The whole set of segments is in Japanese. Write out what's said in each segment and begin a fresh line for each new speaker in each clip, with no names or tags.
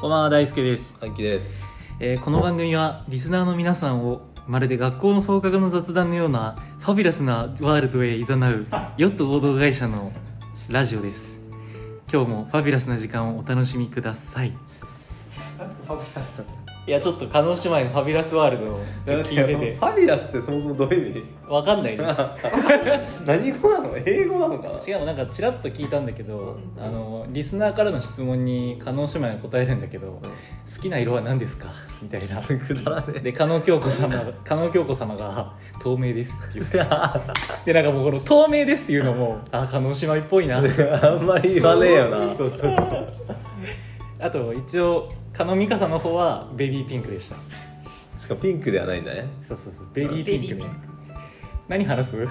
こんばんは大輔です、
半期です
えーこの番組はリスナーの皆さんをまるで学校の放課後の雑談のようなファビュラスなワールドへ誘うヨット合同会社のラジオです今日もファビュラスな時間をお楽しみください いやちょっと叶姉妹のファビュラスワールドを
なんかファビュラスってそもそもどういう意味
わかんない
何語なの英語なのかな
しかもなんかちらっと聞いたんだけどあのリスナーからの質問に加納姉妹が答えるんだけど「好きな色は何ですか?」みたいな
くだらね
で加納京子様加納京子様が「透明です」って言 って でなんかもうこの「透明です」っていうのもあ加納姉妹っぽい な
あんまり言わねえよな
そうそうそうあと一応加納美香さんの方はベビーピンクでした
しかもピンクではないんだね
そうそうそうベビーピンクね何話す
いや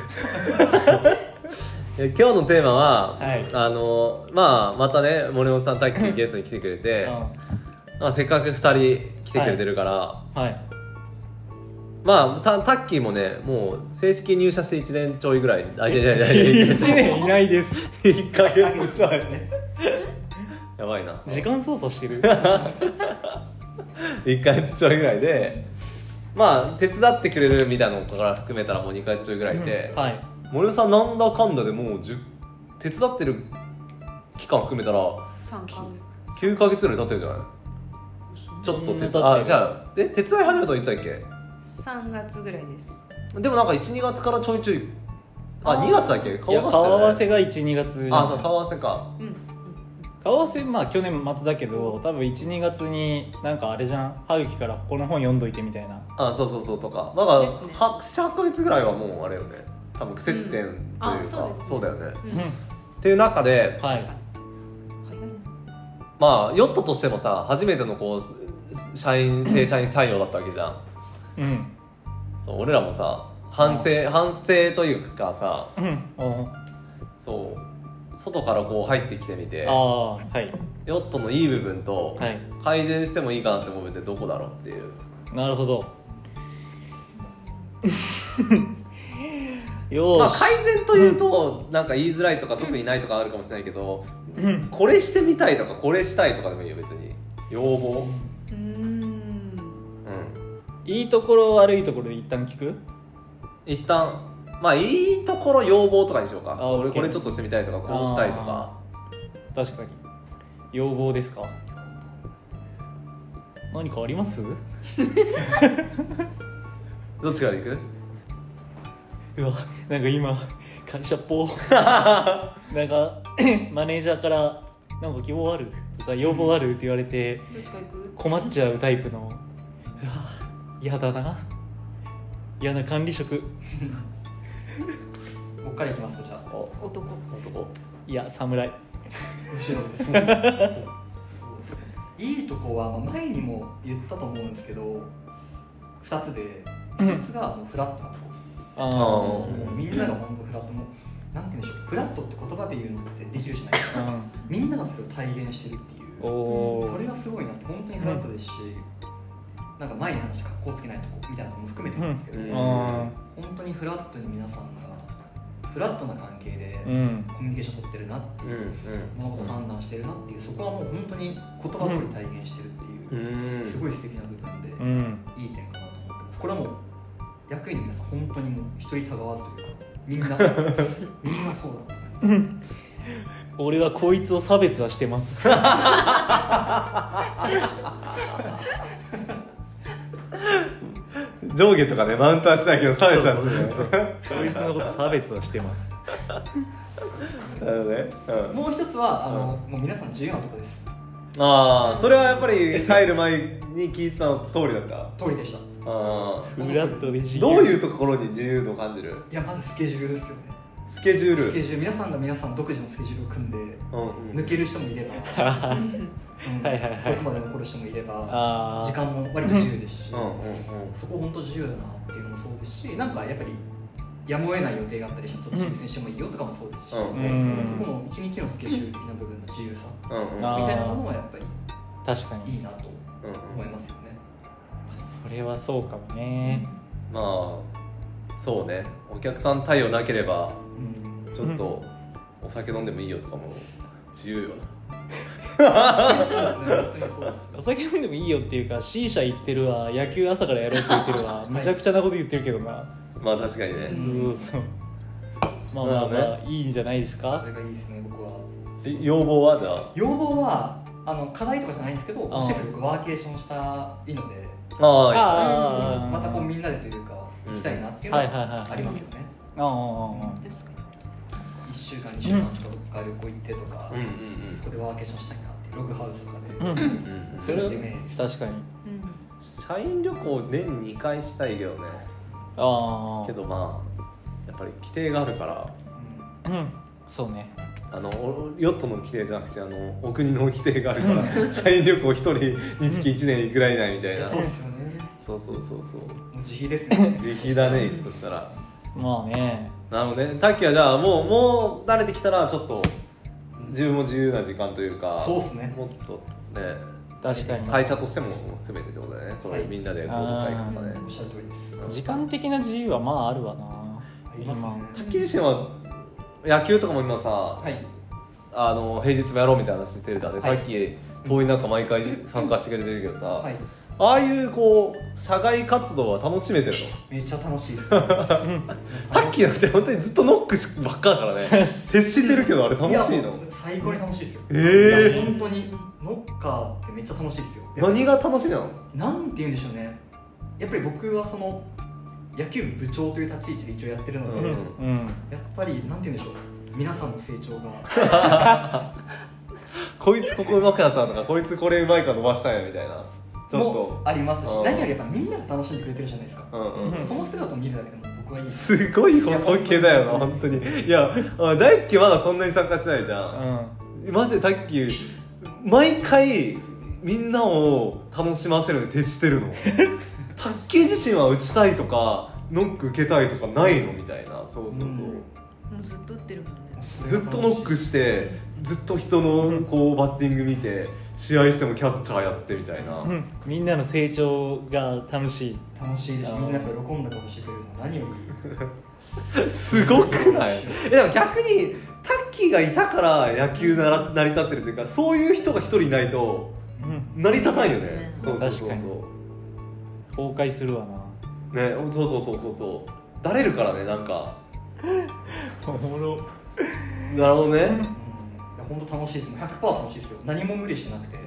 今日のテーマは、
はい
あのまあまたね森本さん卓球ゲストに来てくれて、
う
まあ、せっかく2人来てくれてるから、
んはい
まあたタッキーもねもう正式入社して1年ちょいぐらいあいやいやいやいや
1年いないです
1か月ちょいやばいな
時間操作してる
1か月ちょいぐらいでまあ手伝ってくれるみたいなのから含めたらもう2か月ちょいぐらいいて、
はい
森尾さんなんだかんだでもう10手伝ってる期間含めたら
三回
9か月ぐらい経ってるじゃないちょっと
そん
手
な経っ
伝
てる
あじゃあえ手伝い始めたのいつだっけ
三月ぐらいです。
でもなんか12月からちょいちょいあ
あー
2月だっけ
い
顔
や
合わせ
顔合わ
だよね
せが12月じゃない
あそう顔合わせか
うん。
顔合わせまあ去年末だけど多分12月になんかあれじゃん羽生からここの本読んどいてみたいな
あそうそうそうとかだから
ですね
78か月ぐらいはもうあれよね多分接点というか、
あそうですね
そうだよね
う
うん
ん。
っていう中で
はい
確かに。早いな。
まあヨットとしてもさ初めてのこう社員正社員採用だったわけじゃん
うん
そう俺らもさ反省反省というかさ
うんお
そう外からこう入ってきてみて
ああはい
ヨットのいい部分と
はい
改善してもいいかなって思う部分ってどこだろうっていう
なるほど よ
まあ
ーし、
改善というとなんか言いづらいとか特にないとかあるかもしれないけど
うん
これしてみたいとかこれしたいとかでもいいよ別に要望
うーん。
うん
いいところ悪いところ一旦聞く
一旦まあいいところ要望とかにしようか
あ
俺
OK
これちょっとしてみたいとかこうしたいとか
確かに要望ですか何かあります
どっちからいく
うわなんか今会社っぽ なんか マネージャーから「なんか希望ある?」とか「要望ある?」って言われて
どっちか行く？
困っちゃうタイプのうわ嫌だな嫌な管理職
僕からいきますかじゃあ
お
男。
男
いや侍
後ろでいいとこはまあ前にも言ったと思うんですけど2つで1つがもうフラットなとこです
あ
ー
もうみんなが本当フラットもうなんて言うんでしょうフラットって言葉で言うのってできるじゃないですか
う
みんながそれを体現してるっていう
おお
それがすごいなって本当にフラットですし、なんか前に話した格好つけないとこみたいなとこも含めてなんですけど、
うん
うん
本当にフラットに皆さんがフラットな関係で
う
コ
ん
ミュニケーション取ってるなって
うん
いう、物事判断してるなっていうそこはもう本当に言葉通り体現してるって
う、
いうん
うん
すごい素敵な部分で、
うん
いい点かなと思ってますこれはもう役員の皆さん本当にもう一人たがわずというかみんなみんなそうだな
俺はこいつを差別はしてます
上下とかねマウントはしないけど差別はする
こいつのこと差別はしてます
なるほどね、うん、
もう一つはあの、もう皆さん自由なとこです
ああそれはやっぱり帰る前に聞いてたの通りだったあ
通りでした
あ
フラットで自由
どういううところに自由度を感じる
いやまずスケジュールですよね
スケジュール
スケジュール皆さんが皆さん独自のスケジュールを組んで、
うんうん
抜ける人もいれば、うん
はいはいはい
そこまで残る人もいれば
あ
時
あ
間も割と自由ですし、
うんうん
そこ本当自由だなっていうのもそうですしなんかやっぱりやむを得ない予定があったりしてそっちに優先してもいいよとかもそうですし、
うん
うん
そこの一日のスケジュール的な部分の自由さみ
うんうんうん
あー
たいなものはやっぱ
確か
りい
に
いなと思いますよね、
それはそうかもね
まあそうねお客さん対応なければ
うん
ちょっとお酒飲んでもいいよとかも自由よな
そうですね本当にそうですね
お酒飲んでもいいよっていうか C 社行ってるわ野球朝からやろうって言ってるわむちゃくちゃなこと言ってるけどな
まあ確かにね、
そうそうまあまあまあいいんじゃないですか
それがいいですね僕は
え要望はじゃあ
要望はあの課題とかじゃないんですけど
あー
おしゃれ僕ワーケーションしたいので
ああ
あー
またこうみんなでというか
うん
行きたいなっていうの
はいはいはい
はありますよね
あああ
確かに
1週間2週間とか旅行行ってとか、
うんうん
そこでワーケーションしたいなっていうログハウスとかで、
あうんう
うんんうん
それは
イメージ
確かに
うん
社員旅行年に2回したいけどね
ああ
けどまあやっぱり規定があるから
うん
うんそうね
あのおヨットの規定じゃなくてあのお国の規定があるから 社員旅行1人につき1年いくら以内みたい
い
な
やそうですよね
そうそうそうそう
もう自費ですね
自費だね行くとしたら
まあね
なのでタッキーはじゃあもうもう慣れてきたらちょっと自分も自由な時間というか
そうっすね
もっとね
確かに
会社としても含めてってことだよねそれ
はい
みんなで行動会とかね
おっしゃる通りです
うん
時間的な自由はまああるわな
ありますね
タッキー自身は野球とかも今さ、
はい
あの平日もやろうみたいな話してるじゃん、
はい
さっき遠い中毎回参加してくれてるけどさ、
はい
ああいうこう社外活動は楽しめてるの
めっちゃ楽しいです楽
タッキーなんて本当にずっとノックしばっかだからね徹してるけどあれ楽しい
や
の
もう最高に楽しいですよ
えー
いや本当にノッカーってめっちゃ楽しいですよ
何が楽しいの
なんて言うんでしょうねやっぱり僕はその野球部部長という立ち位置で一応やってるので、
うん
うん
やっぱりなんて言うんでしょう皆さんの成長が
こいつここ上手くなったとかこいつこれ上手いから伸ばしたんやみたいなちょっ
も
と
ありますし
うん
何よりやっぱみんなが楽しんでくれてるじゃないですか、
うんうん
その姿を見るだけでも僕はいいです
すごい仏系だよな本当にいやあ大好きまだそんなに参加してないじゃん、マジでタッキー毎回みんなを楽しませるのに徹してる のタッキー自身は打ちたいとかノック受けたいとかないのみたいなそうそうそう、
うん
もうずっと打ってるもんね
ずっとノック
し
してずっと人のこうバッティング見て試合してもキャッチャーやってみたいな、
うんうんみんなの成長が楽しい
楽しいですし
あー
みんなが喜んだ顔してくれるのは何より
すごくないえでも逆にタッキーがいたから野球なら成り立ってるというかそういう人が一人いないと
うん
成り立たんよね
そう
ですね
そうそうそう
確
そう
崩壊するわな
ねそうそうそうそうそうだれるからねなんか
おもろ
なるほどね
うんいや本当楽しいですもう100%楽しいですよ何も無理してなくて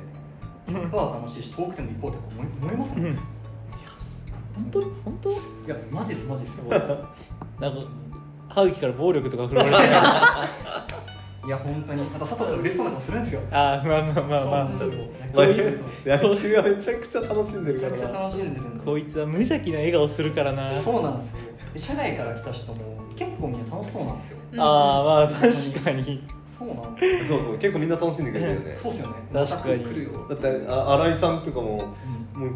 100%楽しいし遠くても行こうって思い思いますもん、
うん
い
本当本当
やマジですマジ です
なんか歯茎から暴力とか振られて あ
いや本当にあと佐藤さん嬉しそうな顔するんですよ
あまあまあまあまあ
そうなんですよ
まあ
野球部
野球はめちゃくちゃ楽しんでる
めち
か
ゃくちゃ
ら
楽しんでるんで
こいつは無邪気な笑顔するからな
そうなんですよで社外から来た人も結構みんな楽しそうなんですよ
ああまあ確かに
そうなんですよ
そうそう結構みんな楽しんでくれてるよね
そうっすよね
確かに
また来るよ
だってあ新井さんとかも
うん
も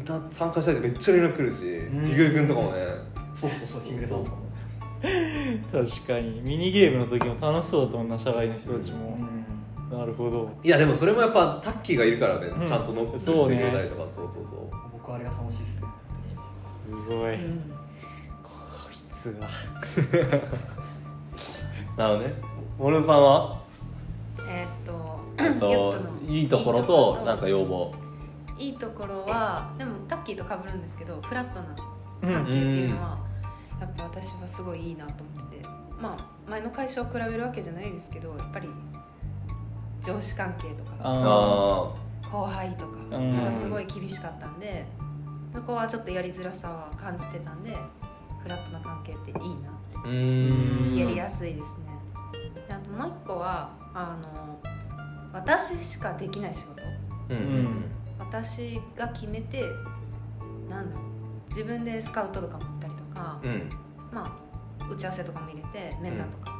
うた参加したいってめっちゃ連絡来るし
ん
ひぐりくんとかもね
そうそうそう日暮さんとかも
確かにミニゲームの時も楽しそうだと思うな社外の人たちも
うん
なるほど
いやでもそれもやっぱタッキーがいるからね、
うん
ちゃんとノックしてくれたりとかそう,、そうそう
僕はあれが楽しいですね
すごいこいつは
なるほどねモルムさんは、
えーっと
えっ
ヨッ
と
トの、
いいところとなんか要望
いいところはでもタッキーと被るんですけどフラットな関係っていうのは、やっぱ私はすごいいいなと思っててまあ前の会社を比べるわけじゃないですけどやっぱり上司関係とか
あ
あ
後輩とか
うん
なんかすごい厳しかったんでそこはちょっとやりづらさは感じてたんでフラットな関係っていいな
あうーん
やりやすいですねであともう一個はあの私しかできない仕事
うんうん
私が決めてなんだろう自分でスカウトとかも行ったりとか、
うんうん
まあ打ち合わせとかも入れて面談とか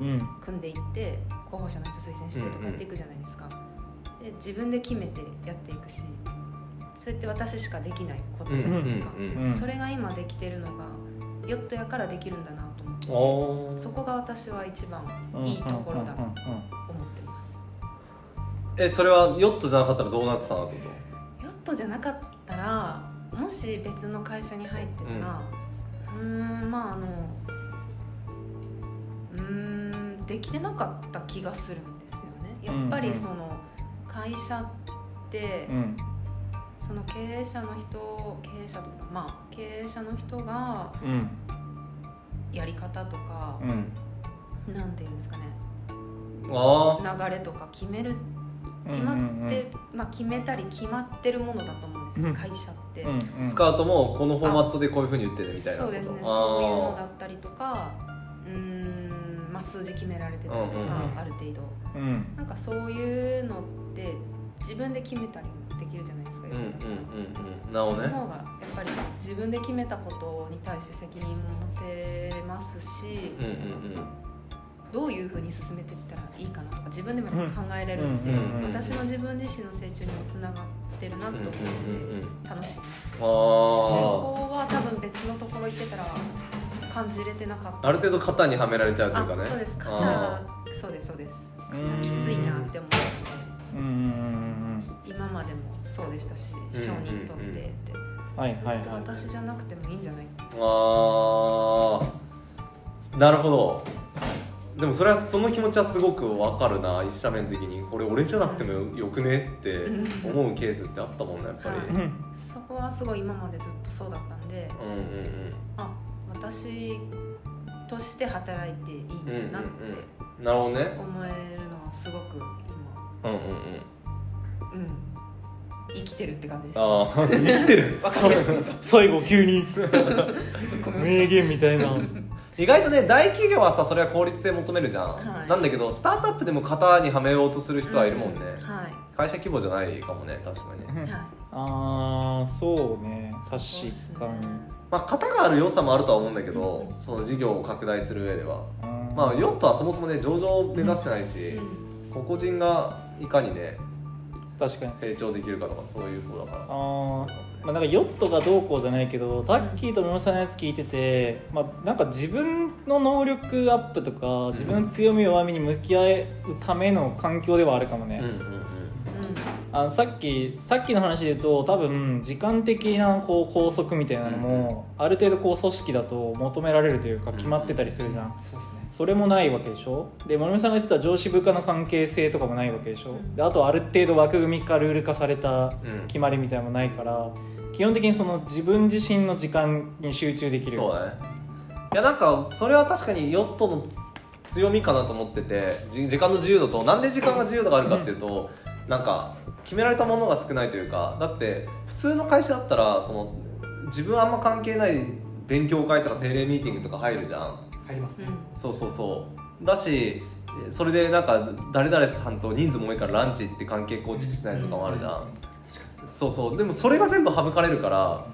ーうん
組んでいって候補者の人推薦してとかやっていくじゃないですか、で自分で決めてやっていくしそれって私しかできないことじゃないですか、
うんうんうん
うん
それが今できてるのがヨットやからできるんだなと思って
おー
そこが私は一番いいところだ
うんうん
と思ってます
えそれはヨットじゃなかったらどうなってたのってこ
ヨットじゃなかったらもし別の会社に入ってたらうーんまああのうーんできてなかった気がするんですよやっぱりその会社って、
うん
その経営者の人経営者とかまあ経営者の人が
うん
やり方とか
う、ん
なんていうんですかね
あ
流れとか決める決まって、まあ、決めたり決まってるものだと思うんですよ、
うん
会社って、
うん
あスカートもこのフォーマットでこういうふうに言ってねみたいな
そ
こと
うですね
あー
そういうのだったりとかうーん、まあ、数字決められてたり
う
とか、
んうん
うん
ある程度
うん
なんかそういうのって自分で決めたりもできるじゃないですか、
うんうんうん
世の中
うんなおね
その方がやっぱり自分で決めたことに対して責任も持てますし、
うんうん
どういうふうに進めていったらいいかなとか自分でもやっぱ考えれる
うん
で、
うんうん
私の自分自身の成長にもつながってるなと思ってて、
うんうんうんうん
楽しいそ
あ
こは多分別のところ行ってたら感じれてなかった
あある程度肩にはめられちゃうというかね
あそうです
あ
肩そうですそうです
うん
肩きついなって思って
うんうん
今までもそうでしたし商人とっ
う
て
んうんうん
って、
うんはいはいはい
私じゃなくてもいいんじゃない
あーなるほどでもそれはその気持ちはすごくわかるな一斜面的にこれ俺じゃなくてもよくねって思うケースってあったもんねやっぱり、
は
う
い
ん
うん
そこはすごい今までずっとそうだったんであ私として働いていいん
うんうんうんうん
だなって
うんなるほどね
思えるのはすごく今、
うんうんうん
うん、生きてるって感じです
ああ 生きてる
わかります
最後急に
ごめんなさ
名
い
言みたいな
意外とね大企業はさそれは効率性求めるじゃん、
はい
なんだけどスタートアップでも型にはめようとする人はいるもんね、
はい
会社規模じゃないかもね確かに、
は
あーそうね確
いそうっすね
かに
まあ型がある良さもあるとは思うんだけど
う
その事業を拡大する上では
うん
まあヨットはそもそもね上場を目指してないし、
うん
個々人がいかにね
確かに
成長できるかとかそういう方だから
あーまあ、なんかヨットがどうこうじゃないけどタッキーとムロさんのやつ聞いてて、まあ、なんか自分の能力アップとか自分の強み弱みに向き合うための環境ではあるかもね、
うんうん
あのさっきタッキーの話で言うと多分時間的なこう拘束みたいなのも、ある程度こう組織だと求められるというか
うん
決まってたりするじゃん、
そうですね
それもないわけでしょで森美さんが言ってた上司部下の関係性とかもないわけでしょ、
うん
であとある程度枠組み化ルール化された
うん
決まりみたいなのもないから基本的にその自分自身の時間に集中できる
そうだねいやなんかそれは確かにヨットの強みかなと思っててじ時間の自由度となんで時間が自由度があるかっていうと、なんか決められたものが少ないというかだって普通の会社だったらその自分あんま関係ない勉強会とか定例ミーティングとか入るじゃん
入りますね、
そうそうそうだしそれでなんか誰々さんと人数も多いからランチ行って関係構築しないとかもあるじゃん、そうそうでもそれが全部省かれるから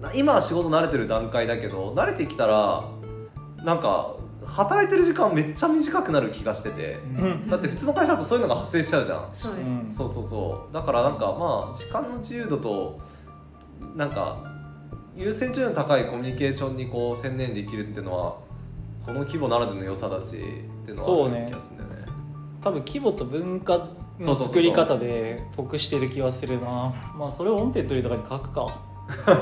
な今は仕事慣れてる段階だけど慣れてきたらなんか働いてる時間めっちゃ短くなる気がしてて、
うん
う
うん
ん
だって普通の会社だとそういうのが発生しちゃうじゃん
そうです、
う
うんん
そうそうそうだからなんかまあ時間の自由度となんか優先順位の高いコミュニケーションにこう専念できるっていうのはこの規模ならでの良さだしっていうのはある気がするんだよね
多分規模と文化
そう
の
そうそうそう
作り方で得してる気はするなまあそれをオンテッドリーとかに書くか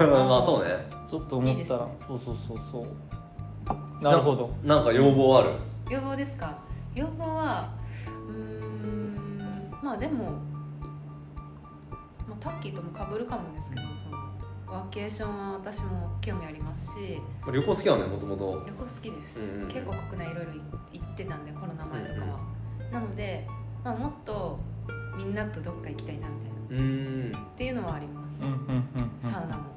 まあそうね
ちょっと思ったら
いい
そうそうそうそうなるほど
ななんか要望ある
要望ですか要望はうーんまあでも、まあ、タッキーともかぶるかもですけどそのワーケーションは私も興味ありますし
旅行好きなのねもともと
旅行好きです、
うんうん
結構国内いろいろ行ってたんでコロナ前とかは、なので、まあ、もっとみんなとどっか行きたいなみたいな
うーん
っていうのはあります、
うんうんうん
サウナも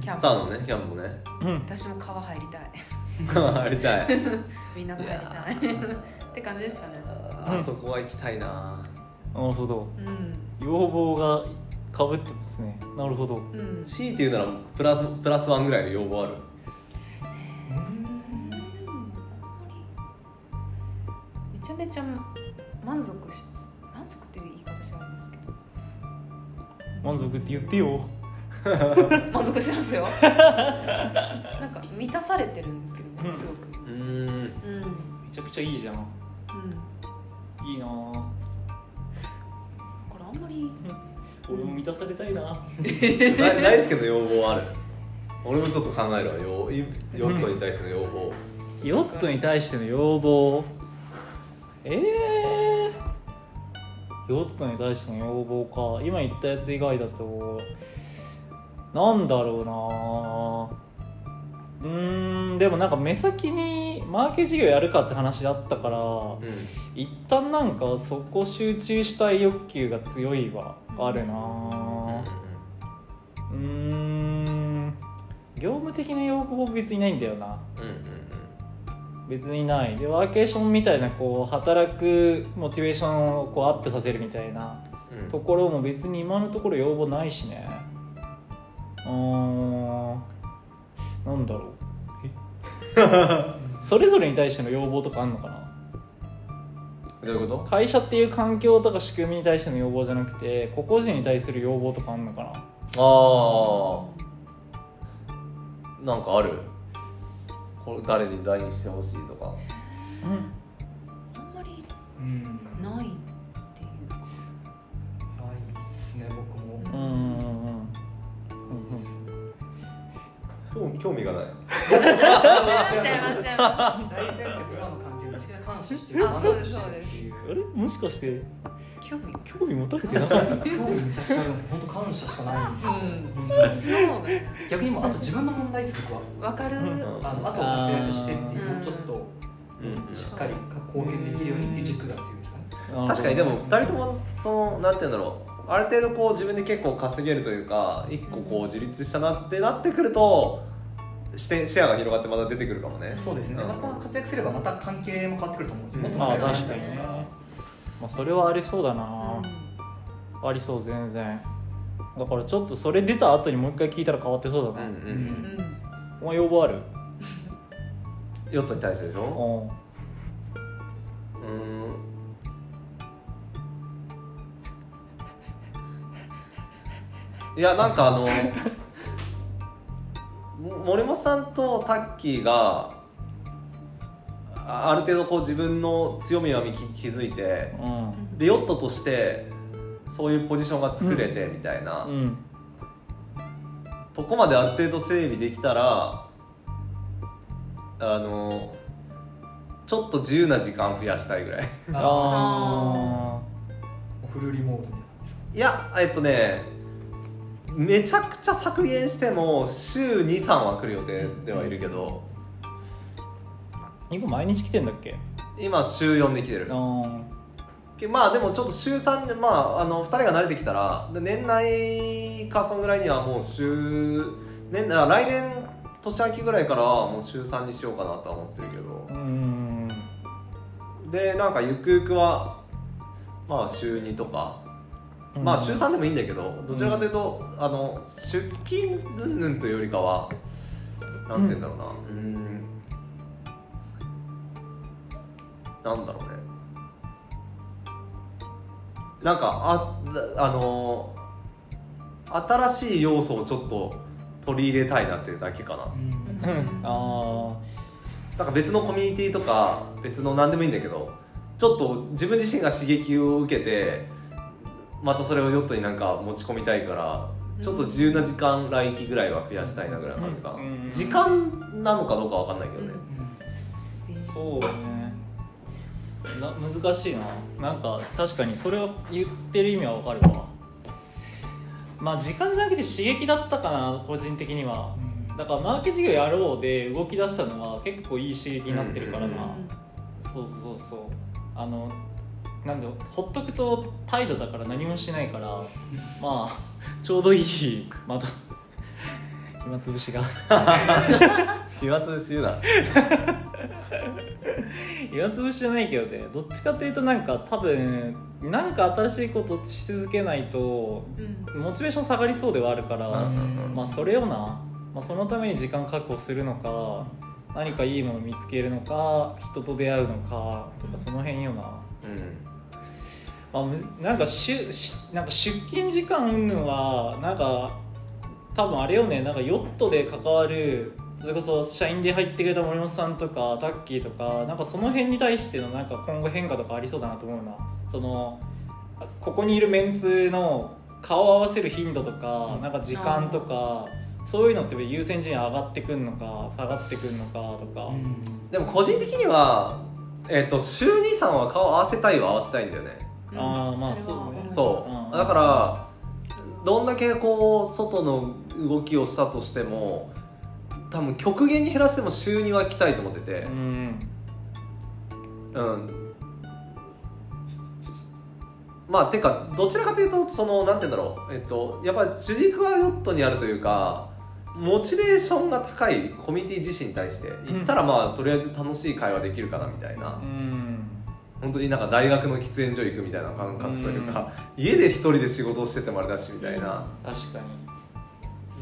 キャンプ
サウナねキャンプも ね
うんうん
私も川入りたい
やりたい
みんなと
い
入り
や
たい
ー
って感じですかね
あーそこは行きたいな
なるほど
うん
要望がかぶってますねなるほど
うん
強いて言うならプラスプラスワンぐらいの要望ある
めちゃめちゃ満足し満足っていう言い方してるんですけど
満足って言ってよ
満足してますよなんか満たされてるんですけどねすごく
うーん
うんうん
めちゃくちゃいいじゃんいいなあ
これあんまり
俺も満たされたいな
大大輔の要望ある俺もちょっと考えるわよいヨットに対しての要望
ヨットに対しての要望ええヨットに対しての要望か今言ったやつ以外だとなんだろうなうーんでもなんか目先にマーケ事業やるかって話だったから、一旦なんかそこ集中したい欲求が強いはあるなうーん業務的な要望別にないんだよな別にないでワーケーションみたいなこう働くモチベーションをこうアップさせるみたいなところも別に今のところ要望ないしねうーんなんだろうそれぞれに対しての要望とかあんのかな
どういうこと
会社っていう環境とか仕組みに対しての要望じゃなくて個々人に対する要望とかあんのかな
ああなんかあるこれ誰に代にしてほしいとか
う
あんまり
うんない
ないっていうか
ですね僕も
んうんうんうんうん
興味興味がない
ありがとうございま
大前提今の関係を意識的に監視してる
あそうですそうです
っていう
あれもしかして
す興味が
興味持たれてなかった
興味めちゃくちゃあるんですけど本当感謝しかないんですよ
うんそっちの方がね
逆にもうあと自分の問題です僕は
わかる、
うん
あのあと活躍してっていう
うん
ちょっと
うん
しっかり貢献できるようにっていう軸が強いですかね
確かにでも2人ともそのなんて言うんだろうある程度こう自分で結構稼げるというか一個こう自立したなってなってくるとしてシェアが広がってまた出てくるかもね
そうですね、
ん
また活躍すればまた関係も変わってくると思うんで
う
すよ、
ん
もっ
あ
と仲良
あ
く
確
な
か
り
に
たい
ね
とか、
まあ、それはありそうだ
う、
なんありそう全然だからちょっとそれ出た後にもう一回聞いたら変わってそうだ
う
な、
んう
うんん
お前要望ある
ヨットに対してでし
う
ょ
ん
うーんいやなんかあの も森本さんとタッキーがあある程度こう自分の強みは見き気づいて
うん
でヨットとしてそういうポジションが作れてみたいな、
うん
とこまである程度整備できたらあのちょっと自由な時間増やしたいぐらい
あ
あ
ーフルリモートみたいなですか
いやえっとねめちゃくちゃ削減しても週23は来る予定ではいるけど
ー今毎日来てんだっけ
今週4で来てる
あ
けまあでもちょっと週3でまああの2人が慣れてきたらで年内かそんぐらいにはもう週年あ来年年明けぐらいからはもう週3にしようかなとは思ってるけど
ーうん
でなんかゆくゆくはまあ週2とか、
うん
まあ週3でもいいんだけどどちらかというと、あの出勤云々というよりかはなんて言うんだろうなうんなんだろうねなんかああの新しい要素をちょっと取り入れたいなっていうだけかな、
うん
うんあ
なんか別のコミュニティとか別の何でもいいんだけどちょっと自分自身が刺激を受けてまたそれをヨットになんか持ち込みたいからちょっと自由な時間来期ぐらいは増やしたいなぐらいの感じかな、
うん
時間なのかどうかわかんないけどね、
あそうだねな難しいななんか確かにそれを言ってる意味はわかるわまあ時間じゃなくて刺激だったかな個人的にはだからマーケ事業やろうで動き出したのは結構いい刺激になってるからな、
うんうん
そうそうそうあのなんでほっとくと態度だから何もしないから まあちょうどいいまた暇つぶしが
暇つぶし言うな
暇つぶしじゃないけどねどっちかというとなんか多分なんか新しいことし続けないと
うん
モチベーション下がりそうではあるから、
うん
まあそれをな、まあ、そのために時間確保するのか何かいいもの見つけるのか人と出会うのかとかその辺よな、
うん
まあ、むなんかしゅしなんか出勤時間云々はなんか多分あれよねなんかヨットで関わるそれこそ社員で入ってくれた森本さんとかタッキーとかなんかその辺に対してのなんか今後変化とかありそうだなと思うなそのあここにいるメンツの顔を合わせる頻度とか、なんか時間とかそういうのって優先順位上がってくんのか下がってくんのかとか、
うん
でも個人的には、えっと週23は顔合わせたいは合わせたいんだよね
うん
ああまあ
それは
そうね
思
そう
うん
だからどんだけこう外の動きをしたとしても多分極限に減らしても収入は来たいと思ってて
うん
うん、まあてかどちらかというとそのなんて言うんだろうえっとやっぱり主軸はヨットにあるというかモチベーションが高いコミュニティ自身に対して行ったらまあとりあえず楽しい会話できるかなみたいな、
うん
本当になんか大学の喫煙所行くみたいな感覚というか、家で一人で仕事をしててもあれだしみたいな、
確かに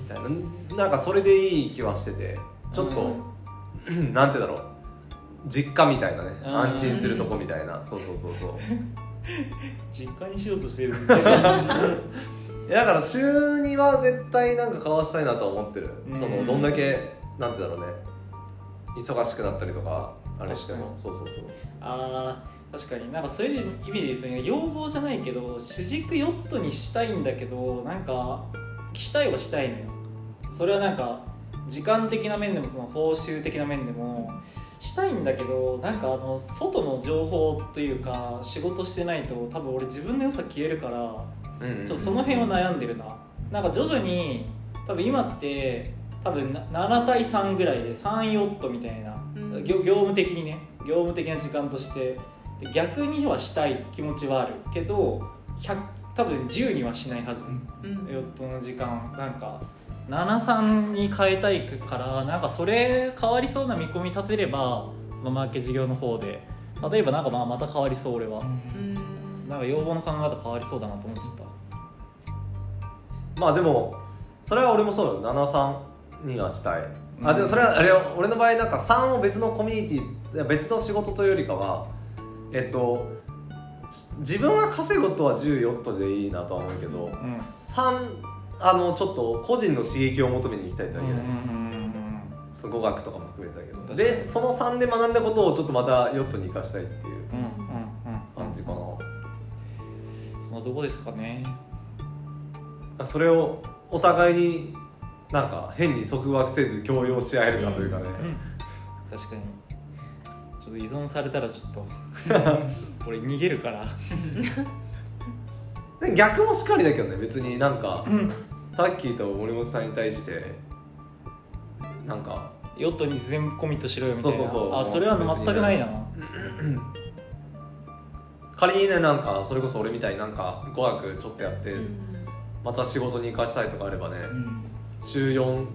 みたいななんかそれでいい気はしててちょっと、 なんてだろう実家みたいなね
うん
安心するとこみたいなそうそうそうそう
実家にしようとしてる
いやだから週2は絶対なんか交わしたいなとは思ってる、
うん
そのどんだけなんてだろうね忙しくなったりとかあれして
確
も
か
そうそうそう
あー確かになんかそういう意味で言うとね要望じゃないけど主軸ヨットにしたいんだけどなんかしたいはしたいのよそれはなんか時間的な面でもその報酬的な面でもしたいんだけどなんかあの外の情報というか仕事してないと多分俺自分の良さ消えるから
うんうん
ちょっとその辺は悩んでるな、なんか徐々に多分今って多分な7対3ぐらいで3ヨットみたいな、
うん
業業務的にね業務的な時間としてで逆にはしたい気持ちはあるけど100多分10にはしないはず、
うん
ヨットの時間なんか73に変えたいからなんかそれ変わりそうな見込み立てればそのマーケ事業の方で例えばなんかまあまた変わりそう俺は、
うん
なんか要望の考え方変わりそうだなと思っちゃった
まあでもそれは俺もそうだよ73にはしたい、
う
あ
ん
でもそれはあれよ俺の場合なんか3を別のコミュニティいや別の仕事というよりかはえっとじ自分が稼ぐことは10ヨットでいいなとは思うけど、
ん
3あのちょっと個人の刺激を求めに行きたいってだけで、その語学とかも含めてだけど
確かに
でその3で学んだことをちょっとまたヨットに生かしたいっていう感じかな、
そのどこですかね
それをお互いになんか変に束縛せず強要し合えるかというかね、
確かにちょっと依存されたらちょっと俺逃げるから
で逆もしっかりだけどね別になんか、
ん
タッキーと森本さんに対してなんか
ヨットに全コミットしろよみたいな
そうそうそう
あそれは全くないな
仮にねなんかそれこそ俺みたいになんか語学ちょっとやって、
うん
また仕事に生かしたいとかあればね、
うん
週4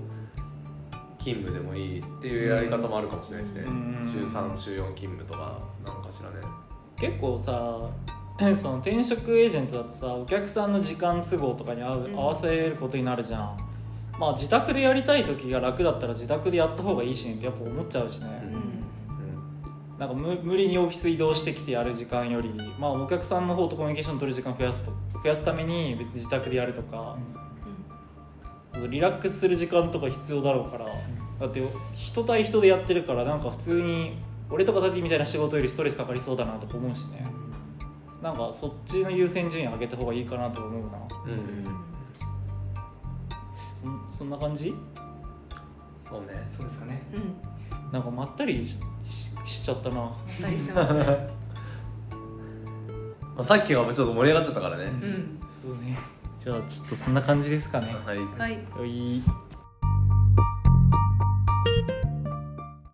勤務でもいいっていうやり方もあるかもしれないしね、
うん
週3週4勤務とかなんかしらね
結構さその転職エージェントだとさお客さんの時間都合とかに合う
うん
合わせることになるじゃんまあ自宅でやりたい時が楽だったら自宅でやった方がいいしねってやっぱ思っちゃうしね、なんか無無理にオフィス移動してきてやる時間より、まあ、お客さんの方とコミュニケーション取る時間増やすと増やすために別に自宅でやるとか、リラックスする時間とか必要だろうから、だって人対人でやってるからなんか普通に俺とかタティみたいな仕事よりストレスかかりそうだなとか思うしねなんかそっちの優先順位上げた方がいいかなと思うな
うん、
うん
そんそんな感じ
そうね
そうですかね
うん
なんかまったりしししちゃったな
二人してますね
まあ、さっきはちょっと盛り上がっちゃったから ね、
うん
そうねじゃあちょっとそんな感じですかね
はい
はい
よい